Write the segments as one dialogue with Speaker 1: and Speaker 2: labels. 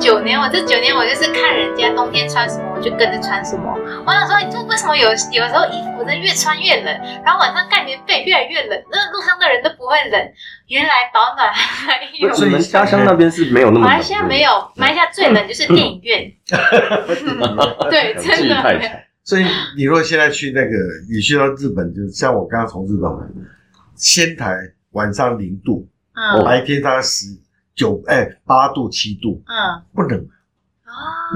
Speaker 1: 九年，我这九年我就是看人家冬天穿什么，我就跟着穿什么。我想说，就为什么有有时候衣服真越穿越冷，然后晚上盖棉被越来越冷，那路上的人都不会冷。原来保暖还有
Speaker 2: 不。是你们家乡那边是没有那么冷。
Speaker 1: 马来西亚没
Speaker 2: 有，
Speaker 1: 有，马来西亚最冷就是电影院。
Speaker 2: 嗯
Speaker 1: 对，真
Speaker 3: 记忆
Speaker 1: 的
Speaker 3: 太
Speaker 1: 没有
Speaker 3: 强，
Speaker 4: 所以你若现在去那个，你去到日本，就像我刚刚从日本回来，仙台晚上零度，
Speaker 2: 哦
Speaker 1: 嗯
Speaker 4: 白天它十九哎八度七度，
Speaker 1: 嗯啊，
Speaker 4: 不冷，
Speaker 1: 嗯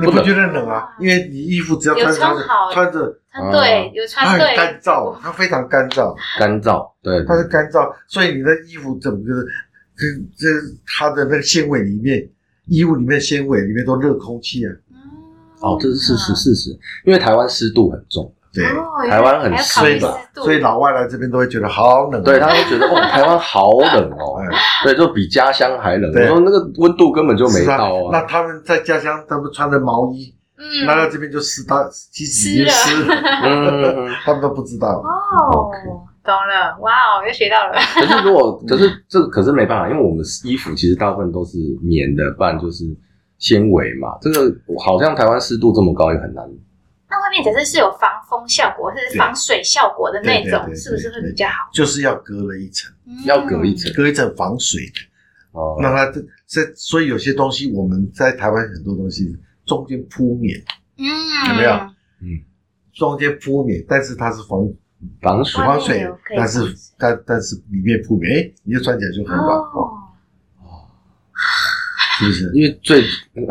Speaker 4: 你
Speaker 3: 不
Speaker 4: 不
Speaker 3: 冷
Speaker 4: 觉得冷啊？因为你衣服只要
Speaker 1: 有
Speaker 4: 穿
Speaker 1: 穿
Speaker 4: 上去
Speaker 1: 好
Speaker 4: 穿着，
Speaker 1: 哦穿
Speaker 2: 啊
Speaker 1: 对有
Speaker 4: 它
Speaker 1: 穿
Speaker 4: 很
Speaker 1: 对，
Speaker 4: 啊干燥，它非常干燥，
Speaker 2: 干燥，对，
Speaker 4: 它是干燥，所以你的衣服整个这这它的那个纤维里面，衣物里面纤维里面都热空气啊，
Speaker 1: 嗯
Speaker 2: 哦，这是事实，事实，因为台湾湿度很重，
Speaker 4: 对，
Speaker 1: 哦原来
Speaker 2: 台湾很
Speaker 1: 还要考
Speaker 4: 所
Speaker 1: 虑
Speaker 4: 以
Speaker 2: 湿
Speaker 1: 湿
Speaker 2: 吧
Speaker 4: 老
Speaker 1: 度
Speaker 4: 所以老外来这边都会觉得好冷啊，
Speaker 2: 对，他会觉得哦，台湾好冷哦，
Speaker 4: 哎
Speaker 2: 对，就比家乡还冷。我
Speaker 4: 对
Speaker 2: 说那个温度根本就没
Speaker 4: 是啊
Speaker 2: 到
Speaker 4: 那
Speaker 2: 啊，
Speaker 4: 他们在家乡，他们穿的毛衣，
Speaker 1: 嗯啊
Speaker 4: 拿到这边就湿到，其实已经湿了，
Speaker 2: 嗯，
Speaker 4: 他们都不知道。
Speaker 1: 哦，懂了，哇哦，又学到了，
Speaker 2: 可是如果可是这可是没办法，因为我们衣服其实大部分都是棉的，不然就是纤维嘛。这个好像台湾湿度这么高也很难。
Speaker 1: 那外面假设是有防风效果，或者是防水效果的那
Speaker 4: 对对对
Speaker 1: 种，
Speaker 4: 对
Speaker 1: 是不是会比较好？
Speaker 4: 就是要隔了一层，
Speaker 2: 要隔一层
Speaker 4: 隔一层防水的，
Speaker 2: 哦，
Speaker 1: 嗯
Speaker 4: 让它这这，所以有些东西我们在台湾很多东西中间铺棉，
Speaker 1: 嗯，
Speaker 4: 有
Speaker 1: 嗯，
Speaker 4: 没有
Speaker 2: 嗯，
Speaker 4: 中间铺棉，但是它是防
Speaker 2: 防水
Speaker 1: 哇
Speaker 4: 防水
Speaker 1: 有，可以
Speaker 4: 但
Speaker 1: 防
Speaker 4: 是
Speaker 1: 水
Speaker 4: 但但是里面铺棉，哎，你就穿起来就很暖和，
Speaker 1: 哦，
Speaker 4: 是不是？
Speaker 2: 因为最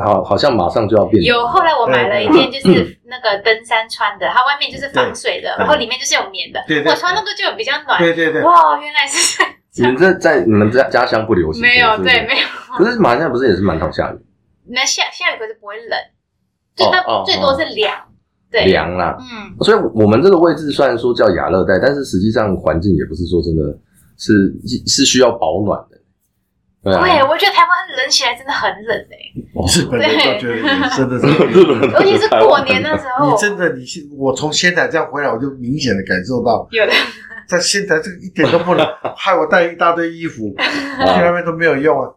Speaker 2: 好好像马上就要变
Speaker 1: 有。后来我买了一件，就是那个登山穿的，它外面就是防水的，
Speaker 4: 对
Speaker 1: 然后里面就是有棉的
Speaker 4: 对，对
Speaker 1: 我穿那个就比较暖。
Speaker 4: 对对对，
Speaker 1: 哇，原来是
Speaker 2: 你 们这在你们家家乡不流行
Speaker 1: 没有
Speaker 2: 这个是不是
Speaker 1: 对没有，
Speaker 2: 可是马来西亚不是也是蛮常下雨，
Speaker 1: 那下下雨可是不会冷，就它
Speaker 2: 哦哦
Speaker 1: 最多是凉，对，，
Speaker 2: 凉啦，
Speaker 1: 嗯，
Speaker 2: 所以我们这个位置虽然说叫亚热带，但是实际上环境也不是说真的是是需要保暖的，对
Speaker 1: 对，
Speaker 2: 啊，
Speaker 1: 我觉得台湾冷起来真的很冷 哎，
Speaker 4: 日本人都觉得你真的是。
Speaker 2: 日本人
Speaker 1: 尤其是过年的时候，
Speaker 4: 你真的，你是我从仙台这样回来，我就明显的感受到，
Speaker 1: 有的
Speaker 4: 在仙台这个一点都不冷，害我带一大堆 衣服去那边都没有用啊。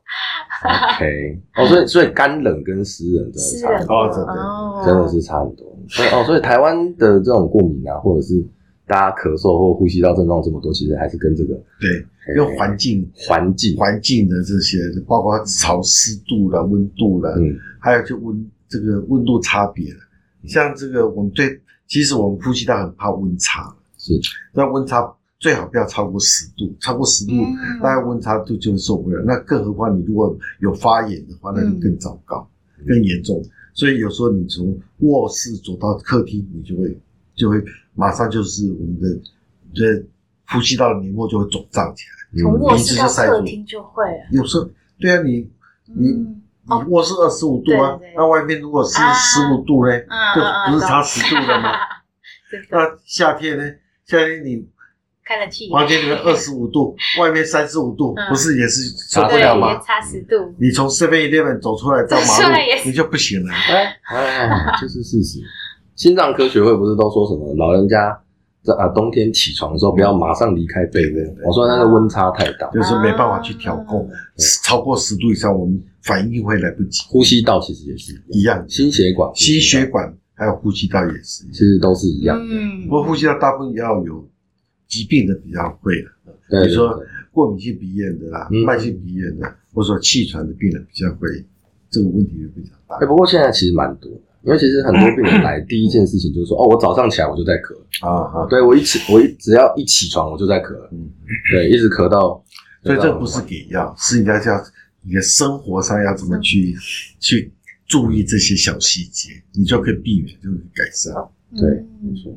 Speaker 2: 啊 OK 哦，所以所以干冷跟湿冷真的
Speaker 1: 是
Speaker 2: 差很多，
Speaker 4: 哦真的
Speaker 1: 哦
Speaker 2: 啊真的是差很多。所以哦，所以台湾的这种过敏啊，或者是大家咳嗽或呼吸道症状这么多，其实还是跟这个
Speaker 4: 对，
Speaker 2: 哎
Speaker 4: 因为环境
Speaker 2: 环境
Speaker 4: 环境的这些，包括潮湿度了、温度了，
Speaker 2: 嗯
Speaker 4: 还有就温这个温度差别了。像这个我们对，其实我们呼吸道很怕温差，
Speaker 2: 是
Speaker 4: 那温差最好不要超过十度，超过十度。
Speaker 1: 嗯
Speaker 4: 大概温差度就会受不了，那更何况你如果有发炎的话，那就更糟糕、
Speaker 2: 嗯
Speaker 4: 更严重。所以有时候你从卧室走到客厅，你就会就会马上就是我们的这呼吸道的黏膜就会肿胀起来。
Speaker 1: 从
Speaker 2: 嗯
Speaker 1: 卧室到客厅就会了，
Speaker 4: 有时候，对啊，你你
Speaker 1: 嗯哦
Speaker 4: 你卧啊室二十五度啊
Speaker 1: 对对，
Speaker 4: 那外面如果是
Speaker 1: 啊
Speaker 4: 十五度呢，
Speaker 1: 嗯
Speaker 4: 就
Speaker 1: 嗯，
Speaker 4: 不是差十度了吗？
Speaker 1: 吗？ 真的
Speaker 4: 那夏天呢？夏天你
Speaker 1: 开冷气，
Speaker 4: 房间里面二十五度，外面三十五度
Speaker 1: 嗯，
Speaker 4: 不是也是受不
Speaker 1: 对，
Speaker 4: 了吗
Speaker 1: 也？差十度，
Speaker 4: 你从 Seven Eleven 走出来到马
Speaker 1: 出
Speaker 4: 路
Speaker 1: 来也，是
Speaker 4: 你就不行了。
Speaker 2: 哎哎， 这是事实。心脏科学会不是都说什么老人家在啊冬天起床的时候不要马上离开被
Speaker 4: 对对对
Speaker 2: 窝，我说那个温差太大，
Speaker 4: 就是没办法去调控
Speaker 1: 啊，
Speaker 4: 超过十度以上，我们反应会来不及。
Speaker 2: 呼吸道其实也是
Speaker 4: 一样，
Speaker 2: 心血管、
Speaker 4: 嗯心血管还有呼吸道也是一
Speaker 2: 其
Speaker 4: 样。
Speaker 2: 实都是一样的。
Speaker 1: 嗯
Speaker 4: 不过呼吸道大部分要有疾病的比较会了，
Speaker 2: 对
Speaker 4: 你说
Speaker 2: 对对
Speaker 4: 过敏性鼻炎的啦
Speaker 2: 嗯，
Speaker 4: 慢性鼻炎的，或者说气喘的病人比较会，这个问题会比较大
Speaker 2: 哎，不过现在其实蛮多的，因为其实很多病人来第一件事情就是说，哦，我早上起来我就在咳，
Speaker 4: 啊啊。
Speaker 2: 对我一起我一只要一起床我就在咳，
Speaker 4: 嗯
Speaker 2: 对，一直咳到。
Speaker 4: 所以
Speaker 2: 咳
Speaker 4: 这
Speaker 2: 到
Speaker 4: 个不是给药，是应该是要你的生活上要怎么去
Speaker 2: 嗯
Speaker 4: 去注意这些小细节，你就可以避免，就可以改善。
Speaker 2: 对
Speaker 1: 嗯
Speaker 2: 没错。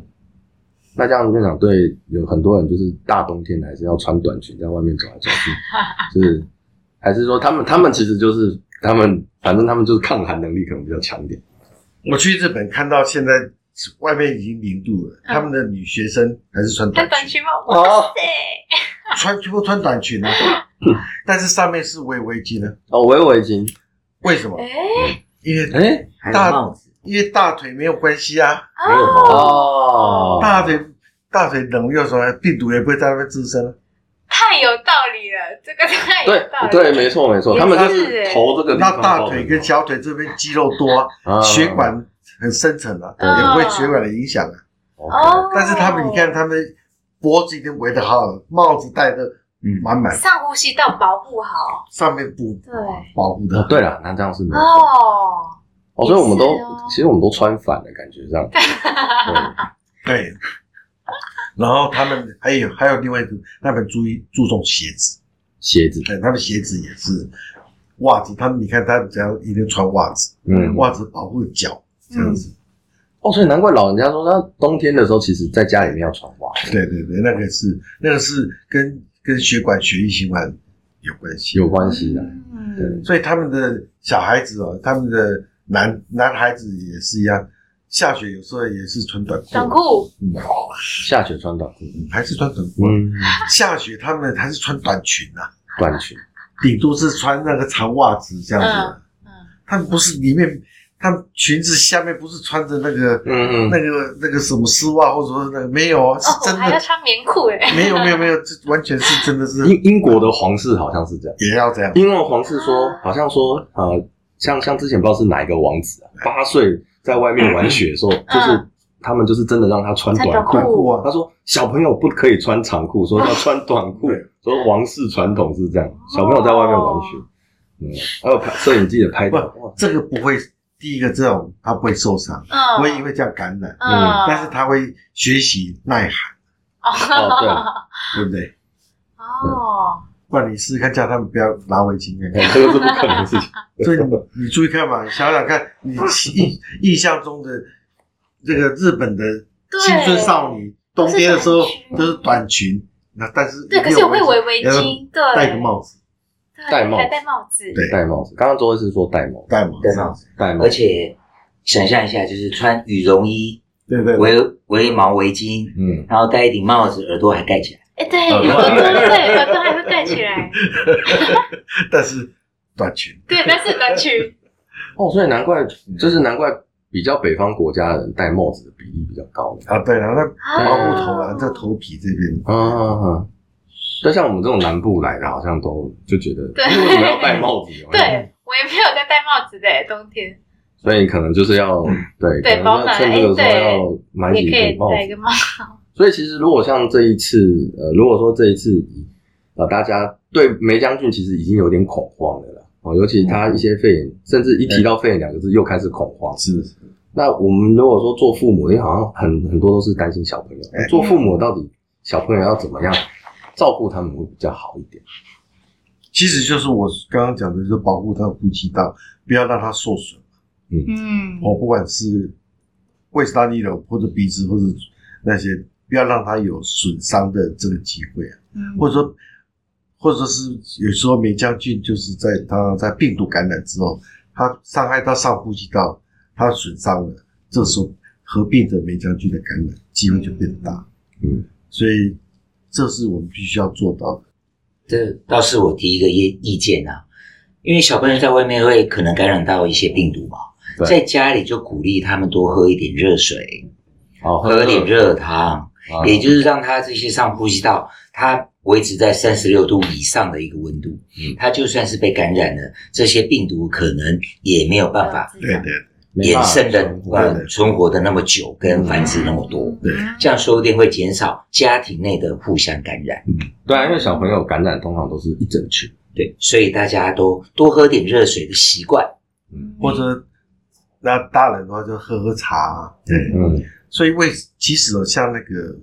Speaker 2: 那这样院长对有很多人就是大冬天的还是要穿短裙在外面走来走 去，就是还是说他们他们其实就是他们反正他们就是抗寒能力可能比较强一点。
Speaker 4: 我去日本看到现在外面已经零度了，他们的女学生还是穿
Speaker 1: 嗯穿
Speaker 4: 短
Speaker 1: 短
Speaker 4: 裙，
Speaker 1: 裙吗？
Speaker 2: 哦
Speaker 1: 哇塞，
Speaker 4: 穿全部穿短裙呢、
Speaker 1: 嗯
Speaker 4: 但是上面是围围巾呢，
Speaker 2: 哦，围围巾，
Speaker 4: 为什么？
Speaker 1: 哎，
Speaker 4: 因为
Speaker 2: 哎，
Speaker 3: 还有
Speaker 4: 大
Speaker 3: 帽子，
Speaker 4: 因为大腿没有关系啊，
Speaker 2: 没有哦，
Speaker 4: 大腿大腿冷又有什么病毒也不会在那边滋生啊，
Speaker 1: 太有道理了，这个太有
Speaker 2: 对
Speaker 1: 道理。
Speaker 2: 对，没错没错，
Speaker 1: 也
Speaker 2: 他们就是是
Speaker 1: 欸
Speaker 2: 头这个地
Speaker 4: 那
Speaker 2: 方
Speaker 4: 大腿跟小腿这边肌肉多啊，
Speaker 2: 啊
Speaker 4: 血管很深层啊，
Speaker 1: 嗯
Speaker 4: 也不会血管的影响啊。
Speaker 1: 哦，
Speaker 4: 但是他们，你看他们脖子已经围得好好的，帽子戴的满满，
Speaker 1: 上呼吸道保护好，
Speaker 4: 上面补
Speaker 1: 对
Speaker 4: 保护
Speaker 2: 哦
Speaker 4: 的。
Speaker 2: 对了，那这样是没错。
Speaker 1: 哦，
Speaker 2: 哦，所以我们都
Speaker 1: 也是哦
Speaker 2: 其实我们都穿反了，感觉 上。对
Speaker 4: 对，然后他们还有还有另外一个，他们注意注重鞋子，
Speaker 2: 鞋子，
Speaker 4: 对，他们鞋子也是袜子，他们你看他们只要一定穿袜子，
Speaker 2: 嗯，
Speaker 4: 袜子保护脚这样
Speaker 1: 嗯
Speaker 4: 子。
Speaker 2: 哦，所以难怪老人家说，他冬天的时候其实在家里面要穿袜。
Speaker 4: 对对对，那个是那个是跟跟血管血液循环有关系，
Speaker 2: 有关系的。
Speaker 1: 嗯
Speaker 2: 对，
Speaker 4: 所以他们的小孩子哦，他们的男男孩子也是一样，下雪有时候也是穿短裤，
Speaker 1: 短裤
Speaker 4: 嗯，
Speaker 2: 下雪穿短裤，
Speaker 4: 嗯还是穿短裤。
Speaker 2: 嗯，
Speaker 4: 下雪他们还是穿短裙呐、啊，
Speaker 2: 短裙，
Speaker 4: 顶多是穿那个长袜子这样子。
Speaker 1: 嗯，
Speaker 4: 他们不是里面，他们裙子下面不是穿着那个、
Speaker 2: 嗯
Speaker 4: 那个那个什么丝袜，或者说那个没有，啊，是
Speaker 1: 哦，我
Speaker 4: 真
Speaker 1: 还要
Speaker 4: 的。
Speaker 1: 穿棉裤哎，
Speaker 4: 没有没有没有，这完全是真的是
Speaker 2: 英英国的皇室好像是这样，
Speaker 4: 也要这样。
Speaker 2: 英国皇室说，好像说，呃，像像之前不知道是哪一个王子啊，八岁在外面玩雪的时候， 就是他们就是真的让他嗯穿
Speaker 1: 穿
Speaker 2: 短
Speaker 1: 短
Speaker 2: 裤。
Speaker 4: 短裤
Speaker 1: 裤，
Speaker 4: 啊
Speaker 2: 他说小朋友不可以穿长裤，说要穿短 裤，说王室传统是这样，小朋友在外面玩雪。嗯，还有拍摄影机也拍哦到，哇
Speaker 4: 这个不会，第一个这种他不会受伤，
Speaker 1: 嗯，
Speaker 4: 不会因为这样感染，
Speaker 1: 嗯，
Speaker 4: 但是他会学习耐 寒，
Speaker 1: 哦，
Speaker 4: 对不对？
Speaker 1: 哦，
Speaker 4: 不然你试试看，叫他们不要拿围巾看 看。
Speaker 2: 哎这个是不可能的事情。
Speaker 4: 所以你你注意看嘛，想想看，你 印印象中的这个日本的
Speaker 1: 对，
Speaker 4: 青春少女，冬天的时候
Speaker 1: 都
Speaker 4: 都
Speaker 1: 是
Speaker 4: 是短裙，那但是
Speaker 1: 对，可是
Speaker 4: 也
Speaker 1: 我会围围
Speaker 4: 也要
Speaker 1: 巾，对，
Speaker 4: 戴个帽子，
Speaker 1: 对，
Speaker 2: 戴帽
Speaker 1: 还戴帽子，
Speaker 4: 对
Speaker 2: 戴帽子，刚刚周医师说戴帽，
Speaker 4: 戴帽
Speaker 3: 对
Speaker 4: 子，
Speaker 3: 吗？
Speaker 2: 戴帽
Speaker 3: 而，且想象一下，就是穿羽绒衣、
Speaker 4: 对对对，
Speaker 3: 围围毛围巾，
Speaker 2: 嗯，
Speaker 3: 然后戴一顶帽子，耳朵还盖起来。
Speaker 1: 哎，对，耳
Speaker 4: 耳朵
Speaker 1: 朵对，耳朵还会盖起 来，
Speaker 4: 但是短裙，
Speaker 1: 对，但是短裙，
Speaker 2: 哦，所以难怪，就是难怪比较北方国家的人戴帽子的比例比较高。
Speaker 4: 啊，对然后那
Speaker 1: 啊
Speaker 4: 保护头啊，这头皮这边，
Speaker 2: 啊啊啊！但像我们这种南部来的，好像都就觉得，
Speaker 1: 对
Speaker 2: 哎为什么要戴帽子？有没有，
Speaker 1: 对我也没有在戴帽子的冬天，
Speaker 2: 所以可能就是要对，
Speaker 1: 嗯对
Speaker 2: 可能要趁这个时
Speaker 1: 保暖哎
Speaker 2: 候要买
Speaker 1: 也
Speaker 2: 几
Speaker 1: 可以
Speaker 2: 顶帽
Speaker 1: 戴一
Speaker 2: 子。
Speaker 1: 个帽子，
Speaker 2: 所以其实如果像这一次，呃，如果说这一次以呃大家对梅将军其实已经有点恐慌了啦，哦，尤其他一些肺炎，甚至一提到肺炎两个字又开始恐慌。
Speaker 4: 是
Speaker 2: 那我们如果说做父母，因为好像很很多都是担心小朋友，
Speaker 4: 哎
Speaker 2: 做父母到底小朋友要怎么样照顾他们会比较好一点？
Speaker 4: 其实就是我刚刚讲的，就是保护他的呼吸道，不要让它受损。
Speaker 1: 嗯，
Speaker 4: 哦，不管是胃食道逆流或者鼻子或者那些，不要让它有损伤的这个机会啊，
Speaker 1: 嗯
Speaker 4: 或者说，或者是有时候梅将军就是在他在病毒感染之后，他伤害到上呼吸道，他损伤了，这时候合并的梅将军的感染机会就变大。
Speaker 2: 嗯，
Speaker 4: 所以这是我们必须要做到的。
Speaker 3: 这倒是我提一个意意见啊，因为小朋友在外面会可能感染到一些病毒嘛，
Speaker 2: 对
Speaker 3: 在家里就鼓励他们多喝一点热水，
Speaker 2: 好，
Speaker 3: 喝点热汤，
Speaker 2: 啊
Speaker 3: 也就是让他这些上呼吸道，它维持在三十六度以上的一个温度
Speaker 2: 嗯，
Speaker 3: 它就算是被感染了，这些病毒可能也没有办法
Speaker 1: 嗯
Speaker 4: 对对，
Speaker 2: 没
Speaker 3: 延
Speaker 2: 办法
Speaker 3: 伸的
Speaker 2: 存活
Speaker 3: 呃存活的那么久，跟繁殖那么多，
Speaker 4: 对
Speaker 3: 这样说不定会减少家庭内的互相感染。
Speaker 2: 对啊，因为小朋友感染通常都是一整群，
Speaker 3: 对，所以大家都多喝点热水的习惯。嗯
Speaker 1: 嗯
Speaker 4: 或者那大人的话就喝喝茶啊，对
Speaker 2: 嗯，
Speaker 4: 所以为其实哦像那个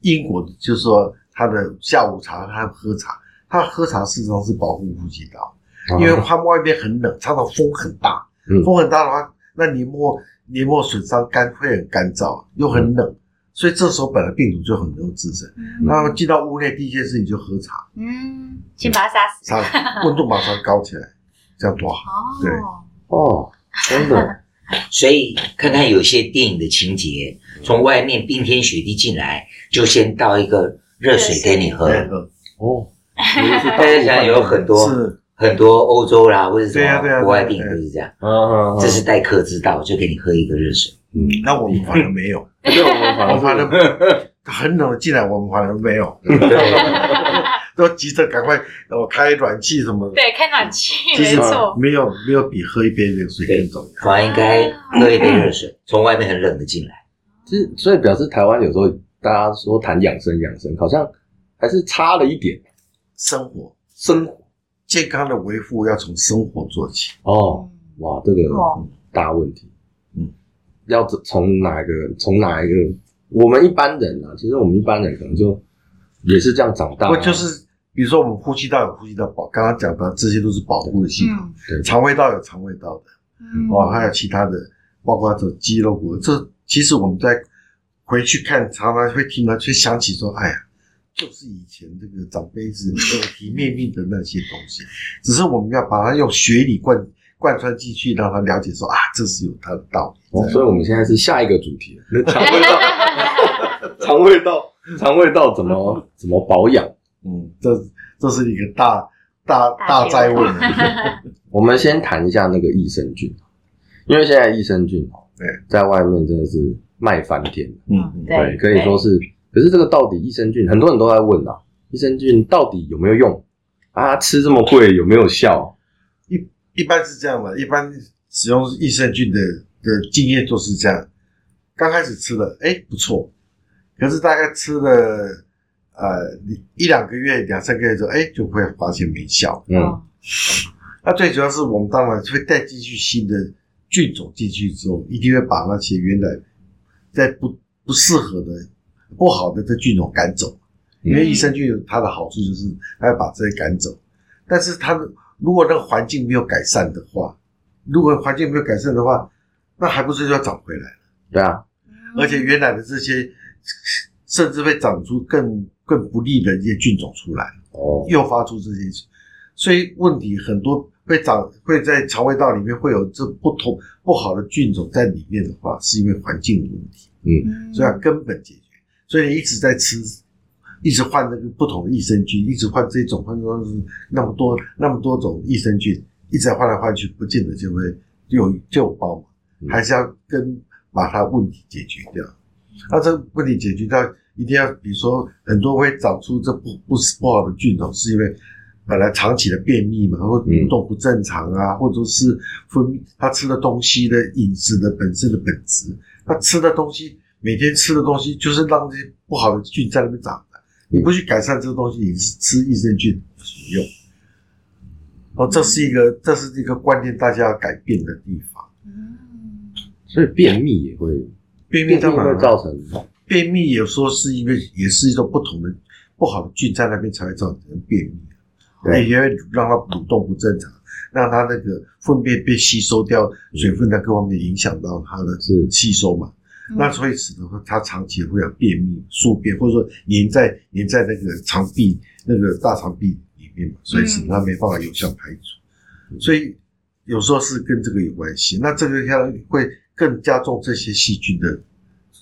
Speaker 4: 英国，就是说他的下午茶，他喝茶，他喝茶事实上是保护呼吸道，
Speaker 3: 啊
Speaker 4: 因
Speaker 2: 哦
Speaker 4: 为他们外面很冷，常常风很大
Speaker 2: 嗯，
Speaker 4: 风很大的话，那黏膜黏膜损伤干会很干燥，又
Speaker 3: 嗯
Speaker 4: 很冷，所以这时候本来病毒就很容易滋生。那么进到屋内第一件事情就喝茶，
Speaker 1: 嗯，先把它杀死，
Speaker 4: 它温度马上高起来，这样多好。对
Speaker 1: 哦，
Speaker 2: 哦，真的，
Speaker 3: 所以看看有些电影的情节，从外面冰天雪地进来，就先倒一个热水给你 喝。
Speaker 4: 对喝
Speaker 2: 哦，你是
Speaker 3: 大家想有很多
Speaker 4: 是，
Speaker 3: 很多欧洲啦，或者什
Speaker 4: 对啊对啊对啊
Speaker 3: 么国外电影都是这样，
Speaker 2: 嗯，
Speaker 3: 这是待客之道，就给你喝一个热水。
Speaker 4: 那我们反而没有，
Speaker 2: 对我们
Speaker 4: 我们
Speaker 2: 反
Speaker 4: 反
Speaker 2: 正
Speaker 4: 而很冷进来，我们反而没有。
Speaker 3: 对，
Speaker 4: 都急着赶快我开暖气什么的。
Speaker 1: 对，开暖气，
Speaker 4: 其
Speaker 1: 没
Speaker 4: 实
Speaker 1: 错，
Speaker 4: 没有没有比喝一杯热水更重要。
Speaker 3: 反而应该喝一杯热水，从外面很冷的进来。
Speaker 2: 其实所以表示台湾有时候大家说谈养生养生，好像还是差了一点
Speaker 4: 生活
Speaker 2: 生活
Speaker 4: 健康的维护要从生活做起。
Speaker 2: 哦，哇，这个
Speaker 1: 哦
Speaker 2: 大问题，
Speaker 4: 嗯，
Speaker 2: 要从哪一个从哪一个？我们一般人啊，其实我们一般人可能就也是这样长大
Speaker 4: 不
Speaker 2: 啊，
Speaker 4: 就是比如说我们呼吸道有呼吸道保，刚刚讲到这些都是保护的系统，
Speaker 1: 嗯
Speaker 2: 对
Speaker 4: 肠胃道有肠胃道的，
Speaker 1: 嗯，
Speaker 4: 哦，还有其他的，包括这肌肉骨，这其实我们在回去看，常常会听到，会想起说，哎呀，就是以前这个长辈是耳提面命的那些东西，只是我们要把它用学理贯贯穿进去，让他了解说啊，这是有它的道理
Speaker 2: 哦
Speaker 4: 在。
Speaker 2: 所以我们现在是下一个主题了，那 肠胃道，肠胃道，肠胃道怎 么怎么保养？
Speaker 4: 嗯，这这是一个大大大灾问啊。
Speaker 2: 我们先谈一下那个益生菌，因为现在益生菌哦
Speaker 4: 对，
Speaker 2: 在外面真的是卖翻天，
Speaker 1: 嗯对
Speaker 2: 哎可以说是。可是这个到底益生菌，很多人都在问啊，益生菌到底有没有用啊？吃这么贵有没有效？
Speaker 4: 一般是这样嘛，一般使用益生菌的的经验都是这样，刚开始吃了，哎，不错，可是大概吃了呃一两个月、两三个月之后，哎，就会发现没效。
Speaker 1: 哦
Speaker 2: 嗯，
Speaker 4: 那最主要是我们当然会带进去新的菌种进去之后，一定会把那些原来在不不适合的、不好的这菌种赶走，因
Speaker 1: 嗯
Speaker 4: 为益生菌有它的好处就是它要把这些赶走，但是它的如果那个环境没有改善的话，如果环境没有改善的话，那还不是就要长回来了？
Speaker 2: 对啊，
Speaker 1: 嗯
Speaker 4: 而且原来的这些，甚至会长出更更不利的一些菌种出来，
Speaker 2: 哦，
Speaker 4: 诱发出这些，所以问题很多会长会在肠胃道里面会有这不同不好的菌种在里面的话，是因为环境的问题，
Speaker 1: 嗯
Speaker 4: 所以要根本解决。所以你一直在吃，一直换那个不同的益生菌，一直换这种换那种那么多那么多种益生菌，一直换来换去，不见得就会有就有帮忙，
Speaker 2: 嗯
Speaker 4: 还是要跟把它问题解决掉。那这个问题解决掉，一定要比如说很多会长出这不不不好的菌种，是因为。本来长期的便秘嘛，或者
Speaker 2: 嗯
Speaker 4: 运动不正常啊，或者是分泌他吃的东西的饮食的本身的本质，他吃的东西，每天吃的东西，就是让这些不好的菌在那边长的。
Speaker 2: 嗯
Speaker 4: 你不去改善这个东西，你是吃益生菌有什么用？哦，这是一个，这是一个观念，大家要改变的地方。
Speaker 1: 嗯
Speaker 2: 所以便秘也会，
Speaker 4: 便秘
Speaker 2: 便秘
Speaker 4: 当然
Speaker 2: 会
Speaker 4: 了
Speaker 2: 造成
Speaker 4: 便秘有时候是因为也是一种不同的不好的菌在那边才会造成便秘，
Speaker 2: 对
Speaker 4: 也会让它蠕动不正常，让它那个粪便被吸收掉水分在各方面影响到它的
Speaker 2: 是
Speaker 4: 吸收嘛，那所以使得它长期会有便秘、宿便，或者说粘在粘在那个肠壁那个大肠壁里面嘛，所以使得它没办法有效排除，所以有时候是跟这个有关系。那这个像会更加重这些细菌的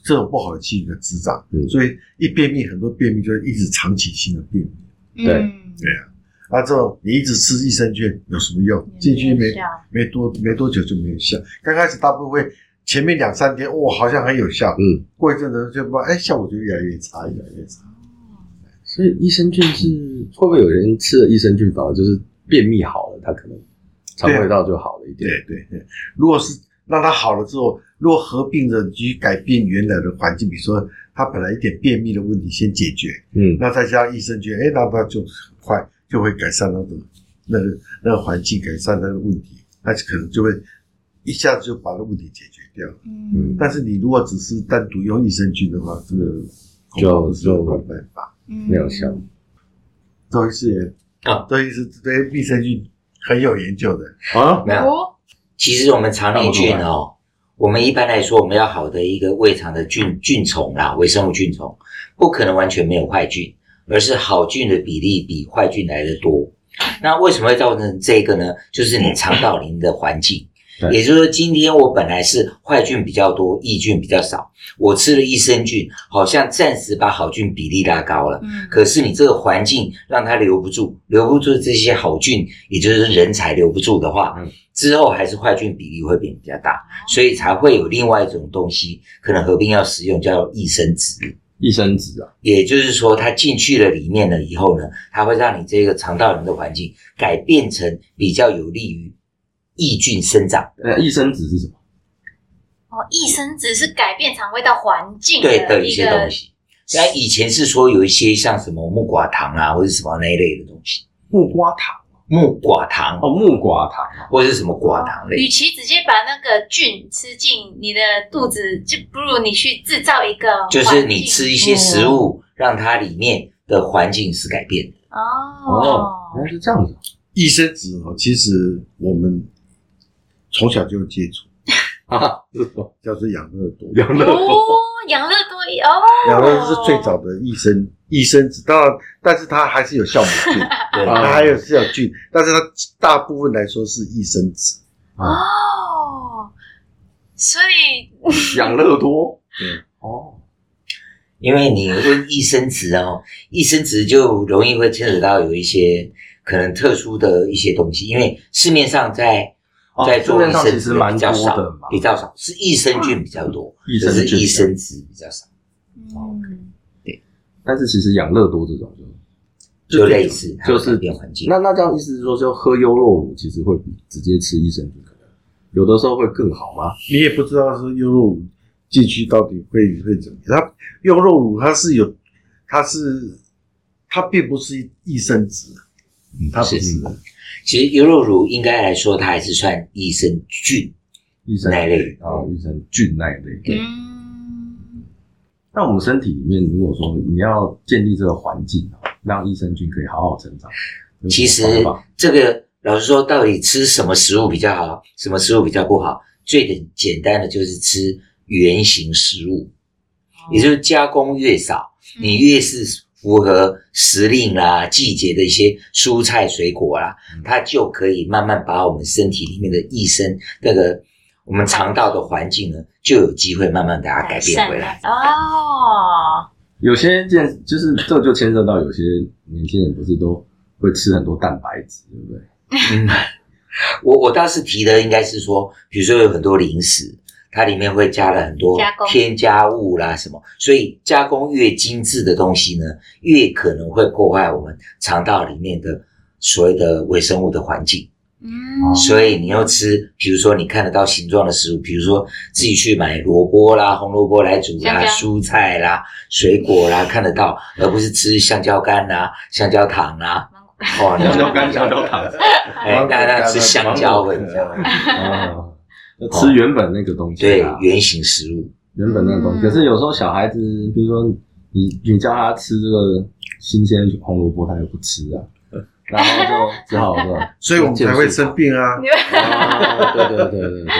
Speaker 4: 这种不好的细菌的滋长，
Speaker 2: 嗯
Speaker 4: 所以一便秘很多便秘就是一直长期性的便秘。
Speaker 2: 对
Speaker 1: 嗯
Speaker 4: 啊，这种你一直吃益生菌有什么用？进去没没多没多久就没有效。刚开始大部分会前面两三天，哇、好像很有效，
Speaker 2: 嗯，
Speaker 4: 过一阵子就不，哎，效果就越来越差，越来越差。
Speaker 2: 所以益生菌是会不会有人吃了益生菌反而就是便秘好了，他可能肠胃道就好了一点
Speaker 4: 对，对对，如果是让它好了之后，如果合并着去改变原来的环境，比如说它本来一点便秘的问题先解决，
Speaker 2: 嗯，
Speaker 4: 那再加上益生菌，哎，那它就很快就会改善那个那个那个环境，改善那个问题，那可能就会一下子就把那问题解决掉。
Speaker 1: 嗯，
Speaker 4: 但是你如果只是单独用益生菌的话，这个
Speaker 2: 就就
Speaker 4: 没办法。
Speaker 1: 没
Speaker 2: 有效
Speaker 4: 周医师也
Speaker 3: 啊
Speaker 4: 周医师对益生菌很有研究的，
Speaker 2: 啊，
Speaker 3: 没有，
Speaker 1: 哦，
Speaker 3: 其实我们肠内菌哦，我们一般来说，我们要好的一个胃肠的菌菌虫啦，微生物菌虫，不可能完全没有坏菌，而是好菌的比例比坏菌来的多。那为什么会造成这个呢？就是你肠道里面的环境。
Speaker 2: 对
Speaker 3: 也就是说，今天我本来是坏菌比较多，益菌比较少，我吃了益生菌，好像暂时把好菌比例拉高了。
Speaker 1: 嗯，
Speaker 3: 可是你这个环境让它留不住，留不住这些好菌，也就是人才留不住的话
Speaker 2: 嗯，
Speaker 3: 之后还是坏菌比例会变比较大，所以才会有另外一种东西，可能合并要使用叫益生值。
Speaker 2: 益生值啊，
Speaker 3: 也就是说，它进去了里面了以后呢，它会让你这个肠道人的环境改变成比较有利于抑菌生长。
Speaker 2: 呃，益生值是什么？
Speaker 1: 哦，益生值是改变肠胃道环境
Speaker 3: 对
Speaker 1: 的
Speaker 3: 的一
Speaker 1: 一
Speaker 3: 些
Speaker 1: 个
Speaker 3: 东西。那以前是说有一些像什么木瓜糖啊，或者什么那一类的东西，
Speaker 2: 木瓜糖
Speaker 3: 木瓜糖
Speaker 2: 哦，木瓜糖啊，
Speaker 3: 或者是什么瓜糖类
Speaker 1: 哦与，其直接把那个菌吃进你的肚子，就不如你去制造一
Speaker 2: 呃
Speaker 1: 个环
Speaker 3: 就
Speaker 1: 境，
Speaker 3: 是你吃一
Speaker 2: 嗯
Speaker 3: 些食物，让它里面的环境是改变的。
Speaker 1: 哦
Speaker 2: 哦，原来是这样子啊，
Speaker 4: 益生值哦，其实我们从小就接触，
Speaker 2: 啊， 是什么？
Speaker 4: 叫做养乐多。
Speaker 2: 养乐多
Speaker 1: 哦，养乐多哦，
Speaker 4: 养乐多是最早的益生益生值，当然，但是它还是有酵母 菌，
Speaker 3: 对，
Speaker 2: 啊
Speaker 4: 它还有是有菌，但是它大部分来说是益生值。
Speaker 2: 啊，
Speaker 1: 哦，所以
Speaker 2: 养乐多
Speaker 4: 对，
Speaker 2: 哦，
Speaker 3: 因为你问益生值哦，益生值就容易会牵扯到有一些可能特殊的一些东西，因为市面上在
Speaker 2: 哦
Speaker 3: 在做
Speaker 2: 市面
Speaker 3: 益
Speaker 2: 上
Speaker 3: 生
Speaker 2: 其
Speaker 3: 值
Speaker 2: 实蛮
Speaker 3: 比较少
Speaker 2: 多的嘛，
Speaker 3: 比较少是益生菌比较多，
Speaker 2: 益
Speaker 3: 就
Speaker 2: 生
Speaker 3: 是
Speaker 2: 菌
Speaker 3: 益生值比较少，哦
Speaker 1: 嗯，
Speaker 2: 但是其实养乐多这种就
Speaker 3: 就类似它
Speaker 2: 就
Speaker 3: 会
Speaker 2: 是
Speaker 3: 改变环境。
Speaker 2: 那那这样意思是说，就喝优酪乳其实会比直接吃益生菌可能有的时候会更好吗？
Speaker 4: 你也不知道说优酪乳进去到底会会怎么样。它优酪乳它是有，它是它并不是益生值，它不
Speaker 3: 嗯是
Speaker 4: 是。
Speaker 3: 其实优酪乳应该来说，它还是算益生菌，
Speaker 2: 益生
Speaker 3: 那一类
Speaker 2: 啊，益生菌那一类。
Speaker 3: 对
Speaker 1: 嗯，
Speaker 2: 那我们身体里面，如果说你要建立这个环境啊，让益生菌可以好好成长，有什
Speaker 3: 其
Speaker 2: 么
Speaker 3: 实
Speaker 2: 方法
Speaker 3: 这个老实说，到底吃什么食物比较好，什么食物比较不好？最简简单的就是吃原形食物，也就是加工越少，
Speaker 1: 嗯
Speaker 3: 你越是符合时令啦、季节的一些蔬菜水果啦，
Speaker 2: 嗯
Speaker 3: 它就可以慢慢把我们身体里面的益生那个我们肠道的环境呢，就有机会慢慢给它改变回来。
Speaker 1: 哦，
Speaker 2: 有些健就是这就牵涉到有些年轻人不是都会吃很多蛋白质，对不对？
Speaker 3: 嗯，我我倒是提的应该是说，比如说有很多零食，它里面会加了很多
Speaker 1: 加工
Speaker 3: 添加物啦什么，所以加工越精致的东西呢，越可能会破坏我们肠道里面的所谓的微生物的环境。
Speaker 1: 嗯，
Speaker 3: 哦所以你要吃，比如说你看得到形状的食物，比如说自己去买萝卜啦、红萝卜来煮啦、
Speaker 1: 香蕉
Speaker 3: 蔬菜啦、水果啦，看得到，而不是吃香蕉干啦、香蕉糖啦。
Speaker 1: 芒果
Speaker 3: 哦，你
Speaker 2: 香蕉干、香蕉 糖
Speaker 3: 哎，大家吃香蕉会比较好。
Speaker 2: 啊，就吃原本那个东西
Speaker 3: 对
Speaker 2: 啊，
Speaker 3: 原型食物，
Speaker 2: 原本那个东西。
Speaker 1: 嗯
Speaker 2: 可是有时候小孩子，比如说你你教他吃这个新鲜红萝卜，他又不吃 啊，然后就只好说，
Speaker 4: 所以我们才会生病啊。
Speaker 1: 你们
Speaker 2: 啊哦对对对对对，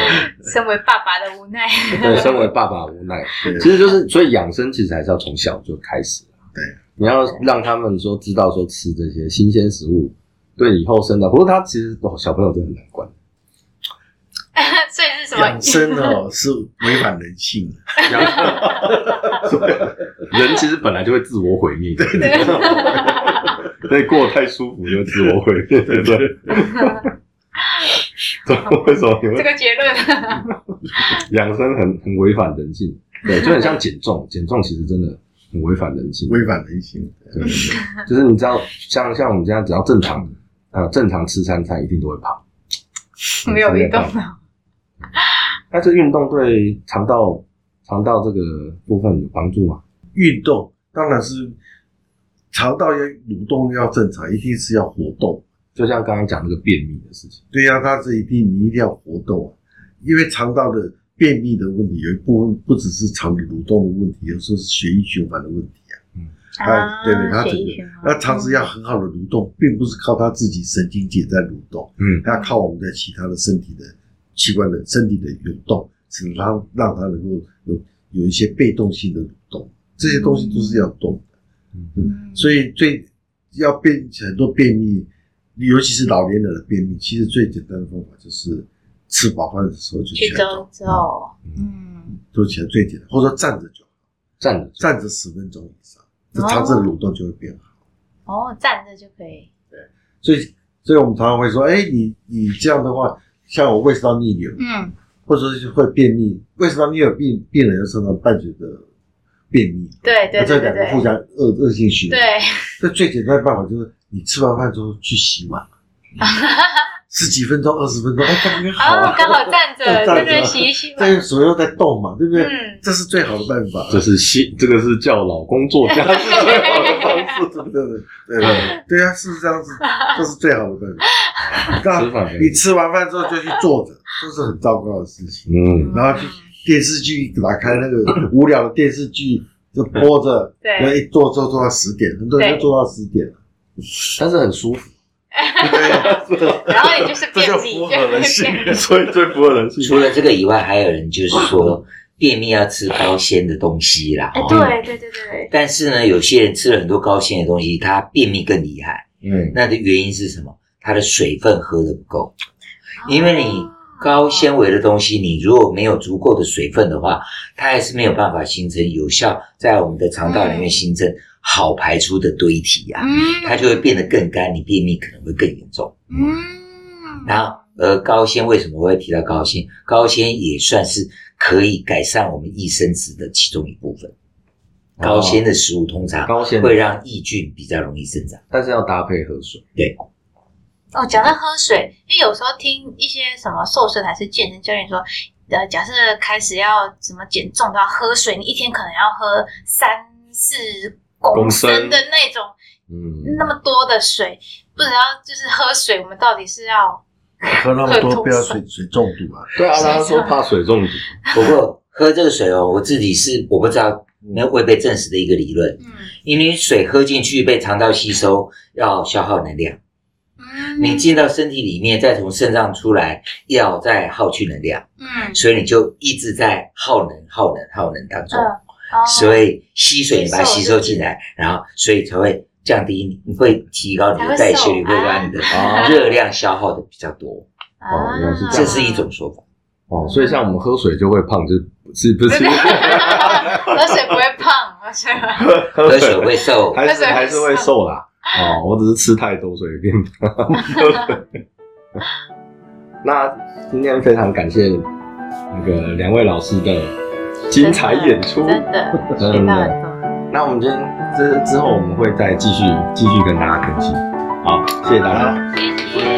Speaker 1: 身为爸爸的无奈，
Speaker 2: 对，身为爸爸无奈，
Speaker 4: 对
Speaker 2: 其实就是所以养生其实还是要从小就开始啊
Speaker 4: 对，
Speaker 2: 你要让他们说知道说吃这些新鲜食物对以后生长。不过他其实、哦、小朋友真的很难 管，
Speaker 1: 所以是什么？
Speaker 4: 养生哦是违反人性的，
Speaker 2: 人其实本来就会自我毁灭，对对， 所以过得太舒服就自我毁灭， 对不对？所以为什么你
Speaker 1: 这
Speaker 2: 会
Speaker 1: 个结论，
Speaker 2: 养生很很违反人性？对，就很像减 重，减重其实真的很违反人性。
Speaker 4: 违反人性。
Speaker 2: 对，对对就是你知道，像像我们这样，只要正常呃正常吃三餐，一定都会胖。
Speaker 1: 没有运动
Speaker 2: 没
Speaker 1: 了，
Speaker 2: 那这运动对肠道肠道这个部分有帮助吗？
Speaker 4: 运动当然是肠道要蠕动要正常，一定是要活动。
Speaker 2: 就像刚刚讲那个便秘的事情，
Speaker 4: 对呀、它是一定你一定要活动啊，因为肠道的便秘的问题有一部分不只是肠的蠕动的问题，有时候是血液循环的问题啊。啊，对对，它整
Speaker 1: 血
Speaker 4: 个
Speaker 1: 液循环
Speaker 4: 那肠子要很好的蠕动，并不是靠它自己神经节在蠕动，
Speaker 2: 嗯，
Speaker 4: 它要靠我们的其他的身体的器官的身体的蠕动，使它让它能够有有一些被动性的蠕动，这些东西都是要动的。
Speaker 1: 嗯
Speaker 4: 所以最要便很多便秘，尤其是老年人的便秘，其实最简单的方法就是吃饱饭的时候就起
Speaker 1: 去
Speaker 4: 来
Speaker 1: 走
Speaker 4: 走，
Speaker 1: 走，嗯，
Speaker 4: 走起来最简单，或者说站着就好，
Speaker 2: 站着
Speaker 4: 站着十分钟以上，这
Speaker 1: 哦
Speaker 4: 肠子的蠕动就会变好。
Speaker 1: 哦，站着就可以，
Speaker 4: 所以，所以我们常常会说，哎，你你这样的话，像我胃食道逆流，
Speaker 1: 嗯
Speaker 4: 或者是会便秘，胃食道逆流病病人有常常伴随着便秘，
Speaker 1: 对对
Speaker 4: 那这
Speaker 1: 对对
Speaker 4: 两个互
Speaker 1: 对，
Speaker 4: 相恶恶性循环。
Speaker 1: 对，
Speaker 4: 那最简单的办法就是你吃完饭之后去洗碗， 十几分钟、二十分钟，哎，感觉好
Speaker 1: 嗯哦
Speaker 4: 啊，，
Speaker 1: 刚好站着，
Speaker 4: 站着
Speaker 1: 在那洗一洗嘛，
Speaker 4: 这个手又在动嘛，对不对？
Speaker 1: 嗯
Speaker 4: 这是最好的办法。
Speaker 2: 这 是西，这个是叫老公做 家事最好的方式。
Speaker 4: 对对对对对对啊，是这样子，这是最好的办法。
Speaker 2: 吃饭 可以
Speaker 4: 你吃完饭之后就去坐着，这是很糟糕的事情。
Speaker 2: 嗯，
Speaker 4: 然后去电视剧打开那个无聊的电视剧就播着，
Speaker 1: 对
Speaker 4: 然后一坐坐坐到十点，很多人
Speaker 1: 对
Speaker 4: 就坐到十点了。
Speaker 2: 但是很舒服，
Speaker 4: 对，
Speaker 3: 哦
Speaker 1: 然后你就是
Speaker 4: 这
Speaker 1: 便
Speaker 4: 就
Speaker 1: 秘，
Speaker 4: 符合人性
Speaker 1: 便秘。
Speaker 2: 所以最符合人性
Speaker 3: 除了这个以外，还有人就是说便秘要吃高纤的东西啦。
Speaker 1: 哎，
Speaker 3: 哦
Speaker 1: 对对对对对，
Speaker 3: 但是呢，有些人吃了很多高纤的东西，他便秘更厉害。
Speaker 2: 嗯，
Speaker 3: 那的原因是什么？他的水分喝的不够， 因为你高纤维的东西，你如果没有足够的水分的话，它还是没有办法形成有效在我们的肠道里面形成好排出的堆体啊，
Speaker 1: 嗯
Speaker 3: 它就会变得更干，你便秘可能会更严重。
Speaker 1: 嗯，
Speaker 3: 然后，而高纤为什么会提到高纤？高纤也算是可以改善我们益生值的其中一部分。
Speaker 2: 哦
Speaker 3: 高纤的食物通常
Speaker 2: 高纤
Speaker 3: 会让益菌比较容易生长。
Speaker 2: 但是要搭配喝水。
Speaker 1: 哦，讲到喝水，因为有时候听一些什么瘦身还是健身教练说，呃，假设开始要怎么减重都要喝水，你一天可能要喝三四公
Speaker 2: 公升
Speaker 1: 升的那种
Speaker 2: 嗯，
Speaker 1: 那么多的水，不知道就是喝水，我们到底是要
Speaker 4: 喝那么多不要水水中毒啊！
Speaker 2: 对啊，他说怕水中毒，
Speaker 3: 不过喝这个水哦，我自己是我不知道没有未被证实的一个理论，
Speaker 1: 嗯
Speaker 3: 因为水喝进去被肠道吸收，要消耗能量，
Speaker 1: 嗯
Speaker 3: 你进到身体里面，再从肾脏出来，要再耗去能量，
Speaker 1: 嗯
Speaker 3: 所以你就一直在耗能、耗能、耗能当中，
Speaker 1: 哦
Speaker 3: 所以吸水你把它吸
Speaker 1: 吸收
Speaker 3: 收进来，然后所以才会降低你会提高你
Speaker 1: 才会
Speaker 3: 的代谢率，
Speaker 1: 瘦
Speaker 3: 会让你的哦
Speaker 2: 啊
Speaker 3: 热量消耗的比较多，
Speaker 1: 啊
Speaker 2: 原来是
Speaker 3: 这哦是一 种说法。
Speaker 2: 哦，所以像我们喝水就会胖，就是不是
Speaker 1: 喝水不会胖，喝水
Speaker 3: 喝水 会瘦，
Speaker 2: 还是
Speaker 1: 喝水
Speaker 2: 还是会瘦啦。哦，我只是吃太多，所以变胖。那今天非常感谢那个两位老师的精彩演出。
Speaker 1: 真的学到很多，
Speaker 2: 那我们今天 之之后我们会再继续继续跟大家更新。好，谢谢大家。
Speaker 1: 谢谢。